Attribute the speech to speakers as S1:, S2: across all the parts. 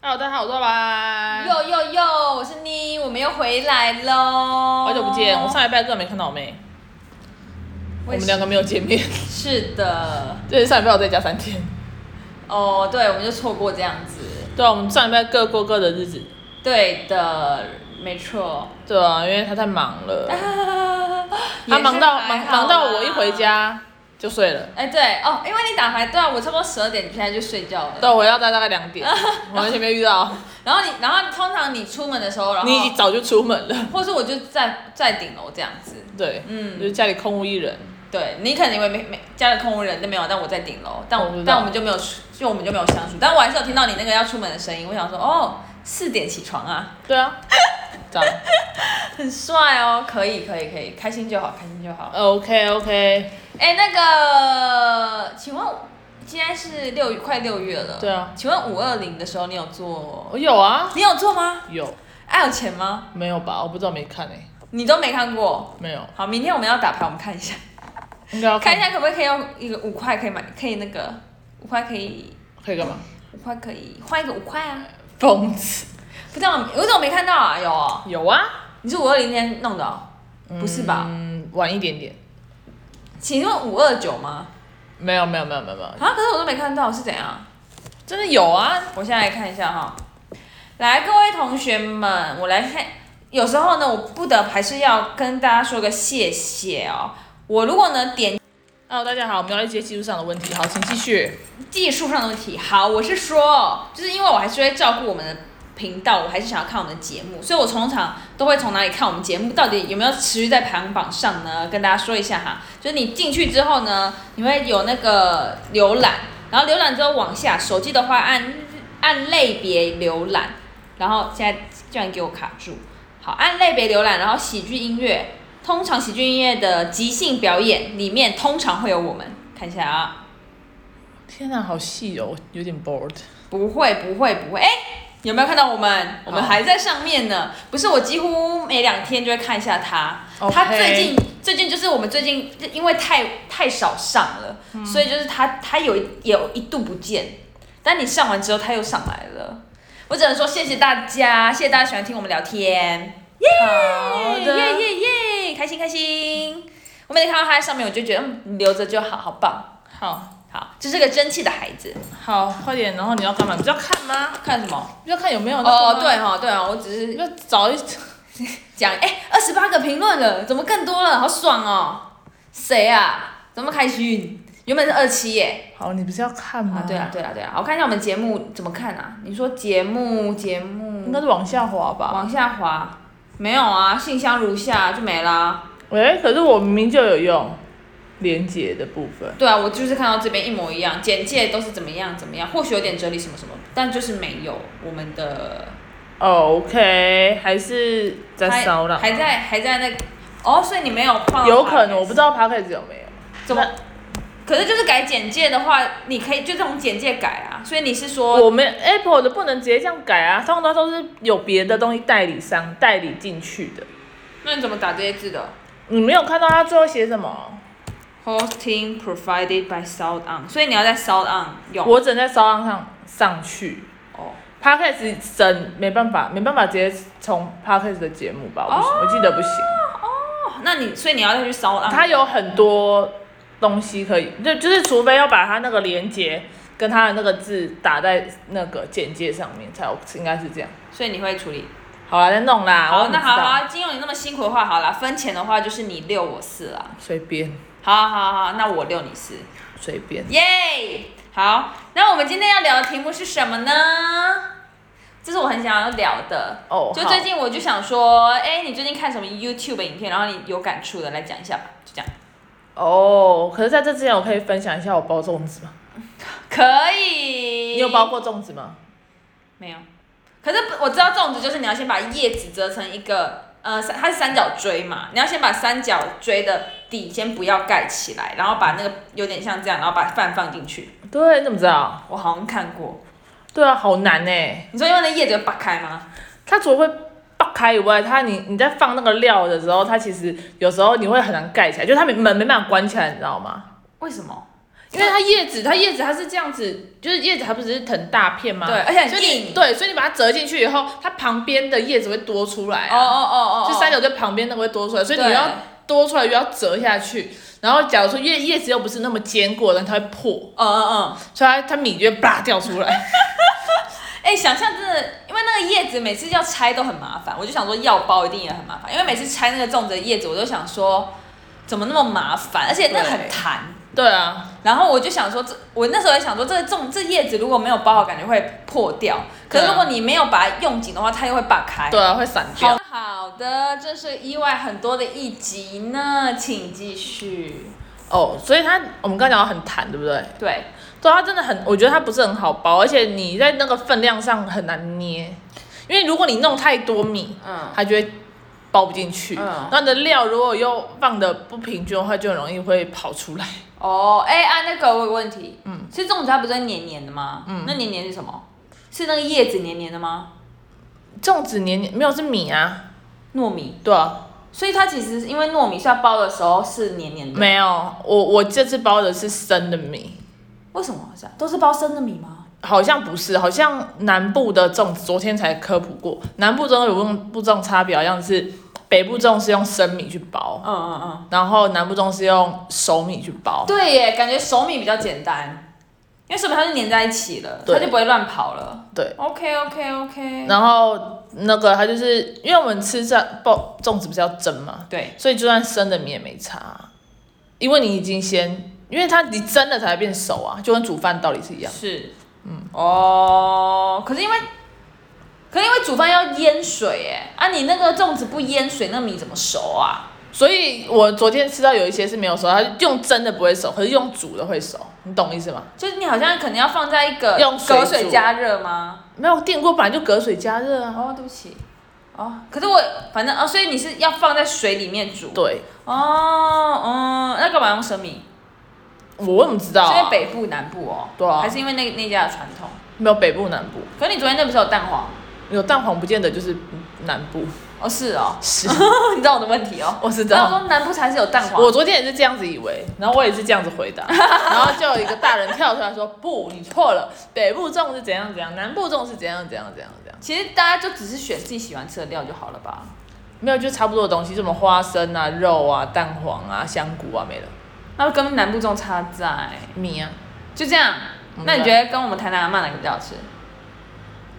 S1: Hello，大家好，我是老板。
S2: 哟哟哟！我是妮，我们又回来喽！
S1: 好久不见，我上礼拜根本没看到我妹，我
S2: 也
S1: 们
S2: 是
S1: 两个没有见面。
S2: 是的，
S1: 对，上礼拜我在家三天。
S2: 哦，对，我们就错过这样子，
S1: 对啊，我们上礼拜各过各的日子。
S2: 对的，没错。
S1: 对啊，因为她太忙了，
S2: 啊
S1: 她
S2: 他
S1: 忙到忙忙到我一回，家就睡了。
S2: 哎，对哦，因为你打牌，对啊，我差不多十二点现在就睡觉了。
S1: 对，我要到大概两点，我完全没遇到。
S2: 然后你，然后通常你出门的时候，然后
S1: 你早就出门了。
S2: 或是我就在在顶楼这样子。
S1: 对，
S2: 嗯
S1: 就是家里空无一人。
S2: 对你可能以为没没家里空无人，但没有，但我在顶楼，但
S1: 我
S2: 我
S1: 知道
S2: 但我们就没有出，就我们就没有相处，但我还是有听到你那个要出门的声音，我想说哦，四点起床啊，
S1: 对啊，这样。
S2: 很帅哦，可以可以可以，开心就好，开心就好。
S1: OK OK，
S2: 哎，那个，请问今天是六月快六月了，
S1: 对啊
S2: 请问五二零的时候你有做，
S1: 我有啊，
S2: 你有做吗？
S1: 有
S2: 哎、有钱吗？
S1: 没有吧？我不知道，没看诶、
S2: 你都没看过。
S1: 没有，
S2: 好，明天我们要打牌，我们看一下，
S1: 应该要
S2: 看一下可不可以用一个五块可以买，可以那个五块可以
S1: 可以干嘛？
S2: 五块可以换一个五块啊。
S1: 疯子
S2: 不知道，我怎么没看到啊？有哦、
S1: 有啊，
S2: 你是五二零天弄的、哦，不是吧？
S1: 嗯，晚一点点，
S2: 请问五二九吗？
S1: 没有没有没有没有没有，
S2: 啊，可是我都没看到，是怎样？
S1: 真的有啊，
S2: 我现在来看一下哈、来，各位同学们，我来看。有时候呢，我不得还是要跟大家说个谢谢哦。我如果呢点
S1: 哦，大家好，我们要一些技术上的问题，好，请继续。
S2: 技术上的问题，好，我是说，就是因为我还是会照顾我们的频道，我还是想要看我们的节目，所以我通常都会从哪里看我们节目，到底有没有持续在排行榜上呢？跟大家说一下哈，就是你进去之后呢，你会有那个浏览，然后浏览之后往下，手机的话按按类别浏览，然后现在居然给我卡住，好，按类别浏览，然后喜剧音乐，通常喜剧音乐的即兴表演里面通常会有我们，看一下啊。
S1: 天哪，好细哦，我有点 bored。
S2: 不会，不会，不会。哎、有没有看到我们？我们还在上面呢。不是，我几乎每两天就会看一下它。
S1: OK
S2: 它最近最近就是我们最近因为太太少上了，所以就是它它有一有一度不见，但你上完之后它又上来了。我只能说谢谢大家，谢谢大家喜欢听我们聊天。
S1: 好
S2: 耶
S1: 的，
S2: 耶耶，开心开心。我每次看到它在上面，我就觉得嗯，留着就好，好棒。
S1: 好，
S2: 好，这是个争气的孩子。
S1: 好，快点，然后你要干嘛？你是要看吗？
S2: 看什么？
S1: 你是要看有没有那个
S2: 哦，
S1: 吗
S2: 对，哈、对哈、我只是
S1: 你要找一，
S2: 讲，哎，二十八个评论了，怎么更多了？好爽哦！谁啊？怎么开心？原本是二七耶。
S1: 好，你不是要看吗
S2: 啊，？对啊，，对啊，对啊。好我看一下我们节目怎么看啊？你说节目节
S1: 应
S2: 目
S1: 该是往下滑吧。
S2: 往下滑，没有啊，信箱如下就没啦。
S1: 喂，可是我明明就有用连接的部分。
S2: 对啊，我就是看到这边一模一样，简介都是怎么样怎么样，或许有点哲理什么什么，但就是没有我们的
S1: 哦 OK，还是在
S2: 还
S1: 骚扰。
S2: 还在还在那个哦，所以你没有放
S1: 有可能，
S2: podcast
S1: 我不知道 p o d c a s 有没有。
S2: 怎么？可是就是改简介的话，你可以就这种简介改啊。所以你是说，
S1: 我们 Apple 的不能直接这样改啊，通常都是有别的东西代理商代理进去的。
S2: 那你怎么打这些字的
S1: 你没有看到他最后写什么？
S2: ？Hosting provided by Sound On，所以你要在 Sound On 用。
S1: 我只能在骚浪上上去。
S2: 哦，
S1: p o d c a s 整没办法，没办法直接从 p o d c a s 的节目吧，我、我记得不行。
S2: 哦那你所以你要再去 Sound On。
S1: 它有很多东西可以，就就是除非要把它那个连接跟它的那个字打在那个简介上面才有，应该是这样。
S2: 所以你会处理。
S1: 好了，再弄啦。我
S2: 好，
S1: 怎么
S2: 那
S1: 知
S2: 好
S1: 道
S2: 好，金用你那么辛苦的话，好啦，分钱的话就是你六我四啦。
S1: 随便
S2: 好好好，那我六你四，
S1: 随便。
S2: 耶、好，那我们今天要聊的题目是什么呢？这是我很想要聊的。
S1: 哦，
S2: 就
S1: 好
S2: 最近我就想说，哎、你最近看什么 YouTube 影片，然后你有感触的来讲一下吧，就这样。
S1: 哦，可是在这之前，我可以分享一下我包粽子吗？
S2: 可以。
S1: 你有包？过粽子吗？
S2: 没有。可是我知道粽子就是你要先把叶子折成一个，呃，三它是三角锥嘛，你要先把三角锥的底先不要盖起来，然后把那个有点像这样，然后把饭放进去。
S1: 对，你怎么知道？
S2: 我好像看过。
S1: 对啊，好难呢、
S2: 你说因为那叶子有拔开吗？
S1: 它除了会爆开以外，它你你在放那个料的时候，它其实有时候你会很难盖起来，就是它门没办法关起来，你知道吗？
S2: 为什么？
S1: 因为它叶子，它叶子它是这样子，就是叶子它不只是很大片吗？
S2: 对，，而且
S1: 所
S2: 很
S1: 以你
S2: 硬。
S1: 对，所以你把它折进去以后，它旁边的叶子会多出来、
S2: 哦
S1: 啊。
S2: 哦哦哦，
S1: 就
S2: 哦
S1: 三角锥旁边那个会多出来，所以你
S2: 对
S1: 要多出来就要折下去。然后假如说叶叶子又不是那么坚固的，它会破，
S2: 嗯嗯嗯，
S1: 所以它它米就会叭掉出来。
S2: 哎、想象真的，因为那个叶子每次要拆都很麻烦，我就想说要包一定也很麻烦，因为每次拆那个粽子的叶子，我都想说怎么那么麻烦，而且那很
S1: 对
S2: 弹。
S1: 对啊，
S2: 然后我就想说，这我那时候也想说，这个粽这叶子如果没有包好，感觉会破掉。可是
S1: 对啊
S2: 如果你没有把它用紧的话，它又会爆开。
S1: 对啊，会散
S2: 好
S1: 掉。
S2: 好的，这是意外很多的一集呢，请继续。
S1: 哦，所以它我们刚刚讲到很弹，对不对？
S2: 对，
S1: 对，它真的很，我觉得它不是很好包，而且你在那个分量上很难捏，因为如果你弄太多米，
S2: 嗯，
S1: 它就会包不进去。
S2: 嗯
S1: 然后你的料如果又放的不平均的话，就很容易会跑出来。
S2: 哦，哎、啊，那个我有问题，嗯，是粽子它不是会黏黏的吗？嗯，那黏黏是什么？是那个叶子黏黏的吗？
S1: 粽子黏黏没有是米啊，
S2: 糯米，
S1: 对啊，
S2: 所以它其实是因为糯米，所以它包的时候是黏黏的。
S1: 没有，我我这次包的是生的米，
S2: 为什么是啊？都是包生的米吗？
S1: 好像不是，好像南部的粽子，昨天才科普过，南部粽有用不粽差别，好像是北部粽是用生米去包，
S2: 嗯嗯嗯，
S1: 然后南部粽是用熟米去包。
S2: 对耶，感觉熟米比较简单，因为熟米它就黏在一起了，
S1: 对
S2: 它就不会乱跑了。
S1: 对，
S2: OK OK OK，
S1: 然后那个它就是因为我们吃这包粽子不是要蒸嘛，
S2: 对，
S1: 所以就算生的米也没差，因为你已经先，因为它你蒸了才会变熟啊，就跟煮饭道理是一样。
S2: 是，嗯，哦，可是因为，可是因为煮饭要腌水，哎，啊，你那个粽子不腌水，那米怎么熟啊？
S1: 所以我昨天吃到有一些是没有熟，它用蒸的不会熟，可是用煮的会熟，你懂意思吗？
S2: 就是你好像可能要放在一个
S1: 用水
S2: 隔水
S1: 煮
S2: 加热吗？
S1: 没有电锅本来就隔水加热啊。
S2: 哦，对不起，哦，可是我反正哦，所以你是要放在水里面煮，
S1: 对，
S2: 哦，嗯，那干嘛用生米？
S1: 我怎么知道、
S2: 是因为
S1: 啊？
S2: 北部南部哦，
S1: 对啊
S2: 还是因为那那家的传统？
S1: 没有北部南部，
S2: 可是你昨天那不是有蛋黄？
S1: 有蛋黄不见得就是南部。
S2: 哦，是 哦，
S1: 是，
S2: 你知道我的问题哦。
S1: 我是这
S2: 然后
S1: 样。
S2: 说南部才是有蛋黄，
S1: 我昨天也是这样子以为，然后我也是这样子回 答，然后就有一个大人跳出来说：“不，你错了，北部粽是怎样怎样，南部粽是怎样怎样怎样怎样，
S2: 其实大家就只是选自己喜欢吃的料就好了吧。
S1: 没有就差不多的东西，什么花生啊、肉啊、蛋黄啊、香菇啊，没了，
S2: 那跟南部粽差在，
S1: 米啊。”
S2: 就这样。
S1: 嗯
S2: 那你觉得跟我们台南阿妈哪个比较好吃？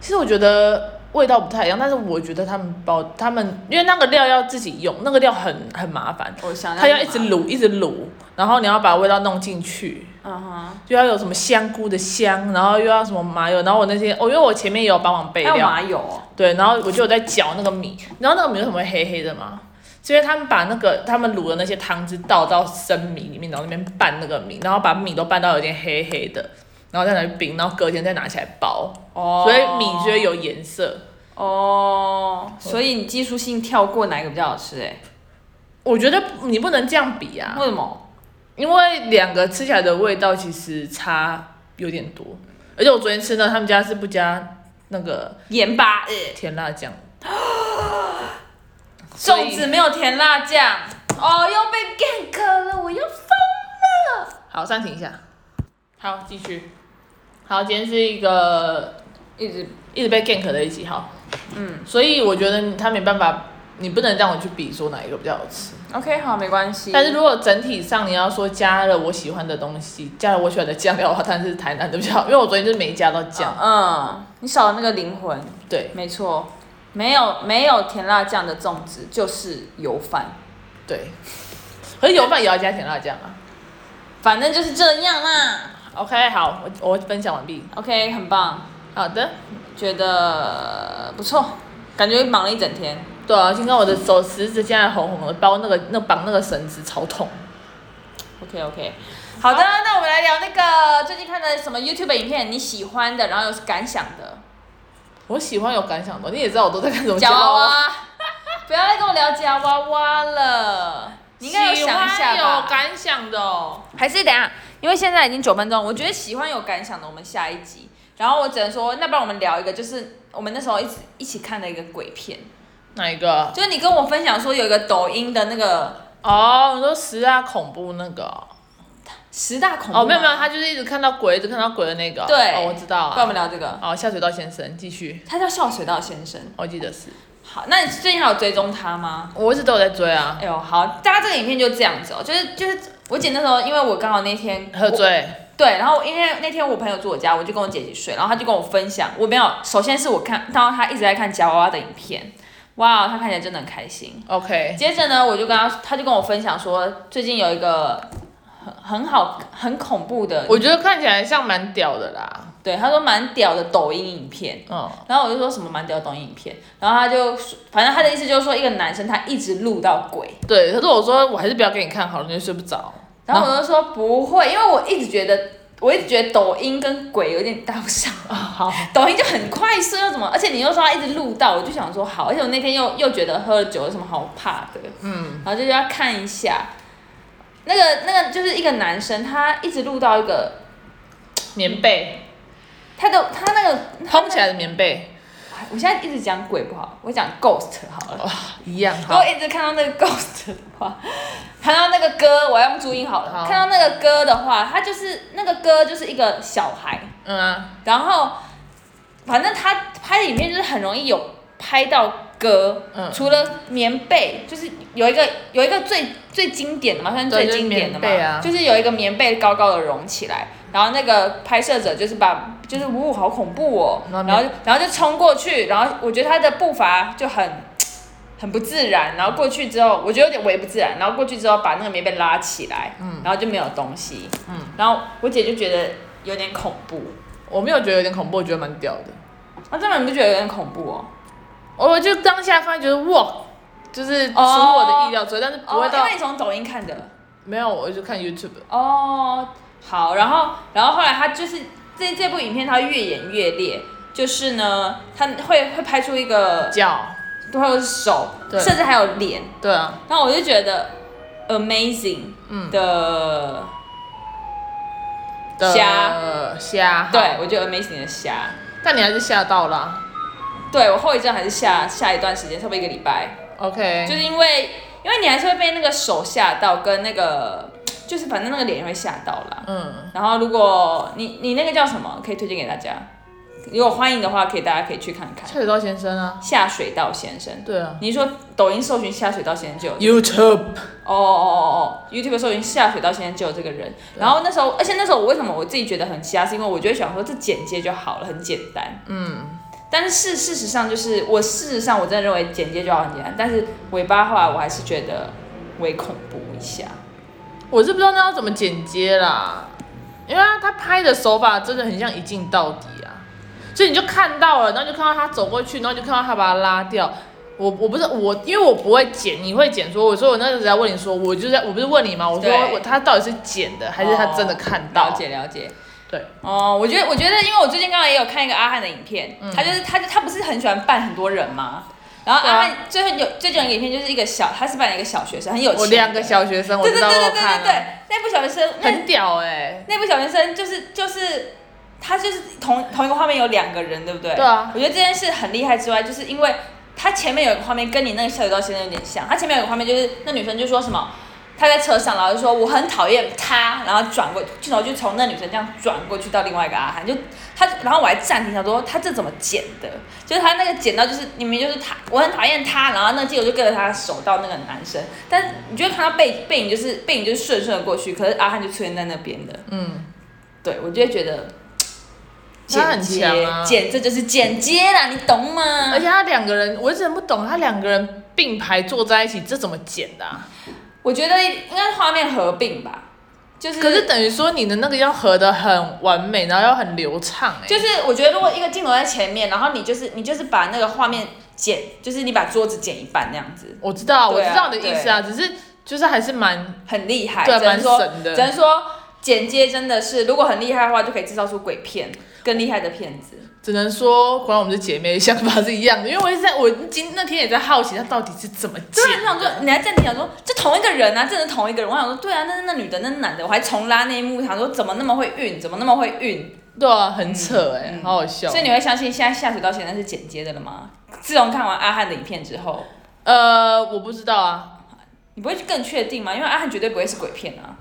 S1: 其实我觉得味道不太一样，但是我觉得他们包他们，因为那个料要自己用，那个料很很麻烦，
S2: 我想
S1: 它要一直。卤一直卤，然后你要把味道弄进去，
S2: 嗯哼。
S1: 就要有什么香菇的香，然后又要什么麻油，然后我那些，哦，因为我前面也有帮忙备
S2: 还有
S1: 料，
S2: 麻油哦。
S1: 对，然后我就有在搅那个米，然后那个米为什么会黑黑的嘛？是因为他们把那个他们卤的那些汤汁倒到生米里面，然后那边拌那个米，然后把米都拌到有点黑黑的，然后再拿去冰，然后隔天再拿起来包，
S2: 哦
S1: 所以米就会有颜色。
S2: 哦，所以你技术性跳过哪一个比较好吃、欸？
S1: 我觉得你不能这样比
S2: 哎，
S1: 啊，
S2: 为什么？
S1: 因为两个吃起来的味道其实差有点多，而且我昨天吃呢，他们家是不加那个
S2: 盐巴、呃
S1: 甜辣 酱，所以
S2: 粽子没有甜辣酱。哦，又被 gank 了，我又疯了。
S1: 好暂停一下，好继续，好今天是一个
S2: 一直
S1: 一直被 gank 的一集，好，嗯，所以我觉得他没办法，你不能让我去比说哪一个比较好吃，
S2: OK，好，没关系。
S1: 但是如果整体上你要说加了我喜欢的东西，加了我喜欢的酱料的话，但是台南的比较好，因为我昨天就是没加到酱，
S2: 嗯，你少了那个灵魂。
S1: 对
S2: 没错，没有没有甜辣酱的粽子就是油饭，
S1: 对，可是油饭也要加甜辣酱啊。
S2: 反正就是这样啦。
S1: OK，好，我我分享完毕。
S2: OK，很棒，
S1: 好的，
S2: 觉得不错，感觉忙了一整天。
S1: 对啊，刚刚我的手食指现在红红的，包那个那绑那个绳子超痛。
S2: OK OK，好的，那我们来聊那个最近看的什么 YouTube 影片，你喜欢的，然后有感想的。
S1: 我喜欢有感想的，你也知道我都在看什么
S2: 夹
S1: 节目
S2: 娃
S1: 啊。
S2: 娃， 不要再跟我聊夹娃娃了，你应该有想一下
S1: 喜欢有
S2: 吧？
S1: 感想的、哦，
S2: 还是等一下，因为现在已经九分钟，我觉得喜欢有感想的，我们下一集。然后我只能说，那不然我们聊一个，就是我们那时候一直一起看的一个鬼片，
S1: 哪一个？啊
S2: 就是你跟我分享说有一个抖音的那个
S1: 啊哦，你说十大恐怖那个哦、
S2: 十大恐怖
S1: 哦，没有没有，
S2: 吗
S1: 他就是一直看到鬼，一直看到鬼的那个。
S2: 对
S1: 哦，我知道
S2: 不然我
S1: 啊。
S2: 们聊这个，
S1: 哦，下水道先生，继续。
S2: 他叫笑水道先生。
S1: 我记得是，
S2: 好，那你最近还有追踪他吗？
S1: 我一直都有在追啊，
S2: 哎呦，好，大家这个影片就这样子哦，就是就是我姐那时候，因为我刚好那天
S1: 喝
S2: 我
S1: 醉。
S2: 对，然后因为那天我朋友住我家，我就跟我姐姐睡，然后她就跟我分享，我没有，首先是我看到她一直在看夹娃娃的影片，哇，哦她看起来真的很开心。
S1: OK，
S2: 接着呢，我就跟她，她就跟我分享说，最近有一个很很好很恐怖的，
S1: 我觉得看起来像蛮屌的啦。
S2: 对，她说蛮屌的抖音影片，
S1: 嗯，
S2: 然后我就说什么蛮屌的抖音影片，然后她就说反正她的意思就是说一个男生他一直录到鬼，
S1: 对。可是我说我还是不要给你看好了，你会睡不着。
S2: 然后我就说不会，因为我一直觉得，我一直觉得抖音跟鬼有点搭 不上。
S1: 哦好，
S2: 抖音就很快速又怎么，而且你又说他一直录到，我就想说好，而且我那天又又觉得喝了酒有什么好怕的，
S1: 嗯，
S2: 然后就要看一下，那个那个就是一个男生，他一直录到一个
S1: 棉被，
S2: 他的他那个
S1: 蓬起来的棉被，
S2: 哎我现在一直讲鬼不好，我讲 ghost 好了，
S1: 一样
S2: 如果
S1: 好。
S2: 一直看到那个 ghost 的话，看到那个歌，我要用注音好了，
S1: 好
S2: 看到那个歌的话，他就是那个歌就是一个小孩，
S1: 嗯啊，
S2: 然后反正他拍的影片就是很容易有拍到歌，
S1: 嗯
S2: 除了棉被，就是有一个有一个最最经典的嘛，算是
S1: 对
S2: 最经典的
S1: 就
S2: 嘛，
S1: 是棉被啊
S2: 就是有一个棉被高高的拢起来，然后那个拍摄者就是把就是呜、好恐怖哦，
S1: 然后
S2: 然后就然后就冲过去，然后我觉得他的步伐就很。很不自然，然后过去之后，我觉得有点微不自然，然后过去之后把那个棉被拉起来，嗯，然后就没有东西，嗯，然后我姐就觉得有点恐怖，
S1: 我没有觉得有点恐怖，我觉得蛮屌的。
S2: 那啊这样你不觉得有点恐怖哦？
S1: 我就当下看觉得哇，就是出乎我的意料之外，但是不
S2: 哦，
S1: 会
S2: 因
S1: 到
S2: 为你从抖音看的。
S1: 没有，我就看 YouTube。
S2: 哦，好，然后然后后来他就是这这部影片，他越演越烈，就是呢，他会会拍出一个，
S1: 叫，
S2: 会有手，
S1: 对
S2: 甚至还有脸，
S1: 对啊，
S2: 然后我就觉得 amazing 的，
S1: 的
S2: 虾
S1: 虾，好
S2: 对，我觉得 amazing 的虾，
S1: 但你还是吓到啦。
S2: 对我后遗症还是下下一段时间，差不多一个礼拜，就
S1: OK，
S2: 是因为因为你还是会被那个手吓到，跟那个就是反正那个脸也会吓到啦。
S1: 嗯，
S2: 然后如果你你那个叫什么，可以推荐给大家。如果欢迎的话，可以大家可以去看看
S1: 下水道先生啊，
S2: 下水道先生。
S1: 对啊
S2: 你说抖音搜寻下水道先生就有，
S1: ，YouTube，
S2: 哦哦哦哦哦，YouTube 搜寻下水道先生就有这个人。然后那时候，而且那时候我为什么我自己觉得很瞎，是因为我就会想说这剪接就好了，很简单。嗯。但是事事实上就是我事实上我真的认为剪接就好很简单，但是尾巴话我还是觉得微恐怖一下。
S1: 我是不知道那要怎么剪接啦，因为他拍的手法真的很像一镜到底啊，所以你就看到了，然后就看到他走过去，然后就看到他把他拉掉。我我不是我，因为我不会剪，你会剪说，我说我那时候在问你说，我就在我不是问你吗？我说
S2: 对哦
S1: 我他到底是剪的还是他真的看到？
S2: 了解了解。
S1: 对，
S2: 哦，我觉得，我觉得，因为我最近刚好也有看一个阿汉的影片，他就是他他不是很喜欢扮很多人吗？然后
S1: 对啊
S2: 阿汉最后有最近有一个影片就是一个小，他是扮了一个小学生，很有钱。
S1: 我两个小学生，我
S2: 对
S1: 知
S2: 对
S1: 道
S2: 对
S1: 我有
S2: 对对
S1: 看
S2: 对
S1: 了
S2: 对，那部小学生那
S1: 很屌哎、
S2: 那部小学生就是就是他就是同同一个画面有两个人，对不对？
S1: 对啊
S2: 我觉得这件事很厉害之外，就是因为他前面有一个画面跟你那个小雨道先生有点像，他前面有一个画面就是那女生就说什么。他在车上，然后就说我很讨厌他，然后转过镜头就从那女生这样转过去到另外一个阿汉，就他，然后我还暂停想说他这怎么剪的，就是他那个剪到就是明明就是他，我很讨厌他，然后那个镜头就跟着他的手到那个男生，但是你就会看到背背影就是背影就是顺顺的过去，可是阿汉就出现在那边的，
S1: 嗯，
S2: 对，我就会觉得
S1: 他
S2: 剪
S1: 很
S2: 接，
S1: 强啊
S2: 剪这就是剪接啦，你懂吗？
S1: 而且他两个人，我一直很不懂，他两个人并排坐在一起，这怎么剪的、啊？
S2: 我觉得应该是画面合并吧，就是
S1: 可是等于说你的那个要合的很完美，然后要很流畅哎、
S2: 就是我觉得如果一个镜头在前面，然后你就是你就是把那个画面剪，就是你把桌子剪一半那样子，
S1: 我知道，我
S2: 对啊
S1: 知道你的意思啊，只是就是还是蛮
S2: 很厉害，
S1: 对啊
S2: 只能
S1: 蛮
S2: 说
S1: 神
S2: 只
S1: 的。
S2: 能说剪接真的是，如果很厉害的话，就可以制造出鬼片更厉害的片子。
S1: 只能说，果然我们的姐妹想法是一样的，因为我一直在我今那天也在好奇，他到底是怎么剪
S2: 对，你啊想说
S1: 的。，
S2: 你还暂停想说，这同一个人啊，真的同一个人。我想说，对啊，那是那女的，那是男的，我还重拉那一幕，想说怎么那么会运，怎么那么会运。
S1: 对啊，很扯哎、
S2: 嗯
S1: 好好笑
S2: 所。以你会相信现在下水道先生是剪接的了吗？自从看完阿汉的影片之后，
S1: 呃，我不知道啊，
S2: 你不会更确定吗？因为阿汉绝对不会是鬼片啊。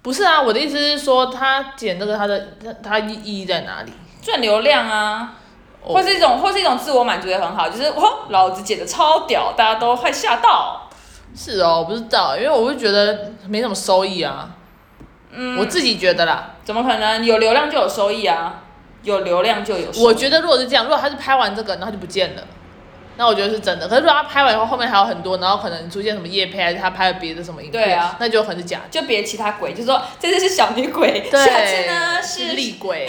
S1: 不是啊，我的意思是说，他剪这个他的他他意意义在哪里？
S2: 赚流量啊，
S1: 哦
S2: 或是一种或是一种自我满足也很好，就是哦，老子剪的超屌，大家都快吓到。
S1: 是哦，我不知道，因为我会觉得没什么收益啊，
S2: 嗯，
S1: 我自己觉得啦。
S2: 怎么可能有流量就有收益啊？有流量就有收益。
S1: 我觉得如果是这样，如果他是拍完这个然后就不见了，那我觉得是真的。可是如果他拍完以后后面还有很多，然后可能出现什么夜配，还是他拍了别的什么影片，
S2: 对啊
S1: 那就可能是假的。
S2: 就别其他鬼，就说这次是小女鬼，
S1: 对，
S2: 下次呢是
S1: 厉鬼，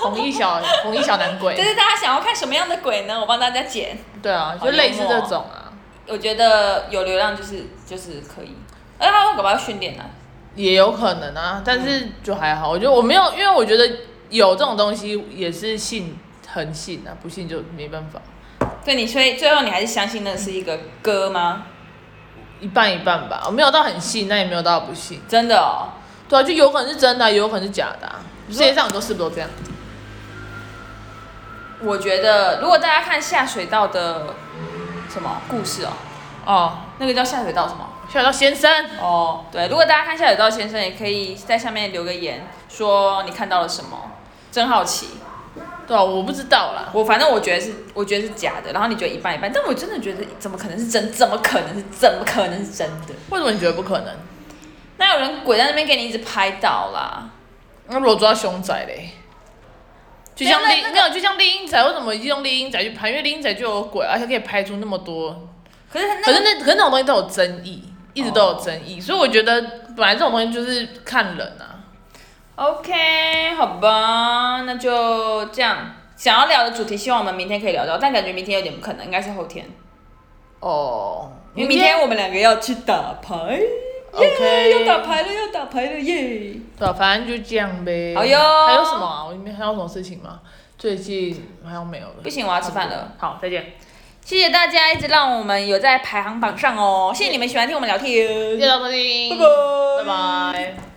S1: 红衣小红衣小男鬼
S2: 就，是大家想要看什么样的鬼呢？我帮大家剪。
S1: 对啊，就类似
S2: 哦
S1: 这种啊，
S2: 我觉得有流量就是就是可以，而且他搞不好要训练呢、啊。
S1: 也有可能啊，但是就还好。我觉得我没有，因为我觉得有这种东西也是信，很信啊，不信就没办法，
S2: 对你，所以最后你还是相信那是一个歌吗？
S1: 一半一半吧。我没有到很信，但也没有到不信。
S2: 真的哦，
S1: 对啊，就有可能是真的啊、也有可能是假的、啊。
S2: 你
S1: 世
S2: 说
S1: 界上很多事不都这样？
S2: 我觉得如果大家看下水道的什么故事哦，
S1: 哦，
S2: 那个叫下水道什么？
S1: 小道先生，
S2: 哦，对，如果大家看下水道先生，也可以在下面留个言，说你看到了什么，真好奇。
S1: 对啊，我不知道啦。
S2: 我反正我觉得是，我觉得是假的，然后你觉得一半一半，但我真的觉得怎么可能是真？怎么可能是？怎么可能是真的？
S1: 为什么你觉得不可能？
S2: 那有人鬼在那边给你一直拍到啦？
S1: 那如果抓凶宅嘞？就像
S2: 对
S1: 猎，
S2: 那那
S1: 没有，就像猎鹰仔，为什么用猎鹰仔去拍？因为猎鹰仔就有鬼，而且可以拍出那么多。
S2: 可是他那哦
S1: 可是那，可是那种东西都有争议，一直都有争议，所以我觉得本来这种东西就是看人啊。
S2: OK，好吧，那就这样。想要聊的主题，希望我们明天可以聊到，但感觉明天有点不可能，应该是后天，
S1: 哦，
S2: 因为明天我们两个要去打牌，耶，要打
S1: OK，
S2: 牌了，要打牌了，耶！
S1: 对啊，反正就这样呗。
S2: 好哟
S1: 还有什么啊？我里面还有什么事情吗？最近好像没有了
S2: 不。行，我要吃饭了。
S1: 好，再见。
S2: 谢谢大家一直让我们有在排行榜上哦，谢谢你们喜欢听我们聊天，
S1: 谢谢收听，
S2: 拜
S1: 拜
S2: 拜，
S1: 拜。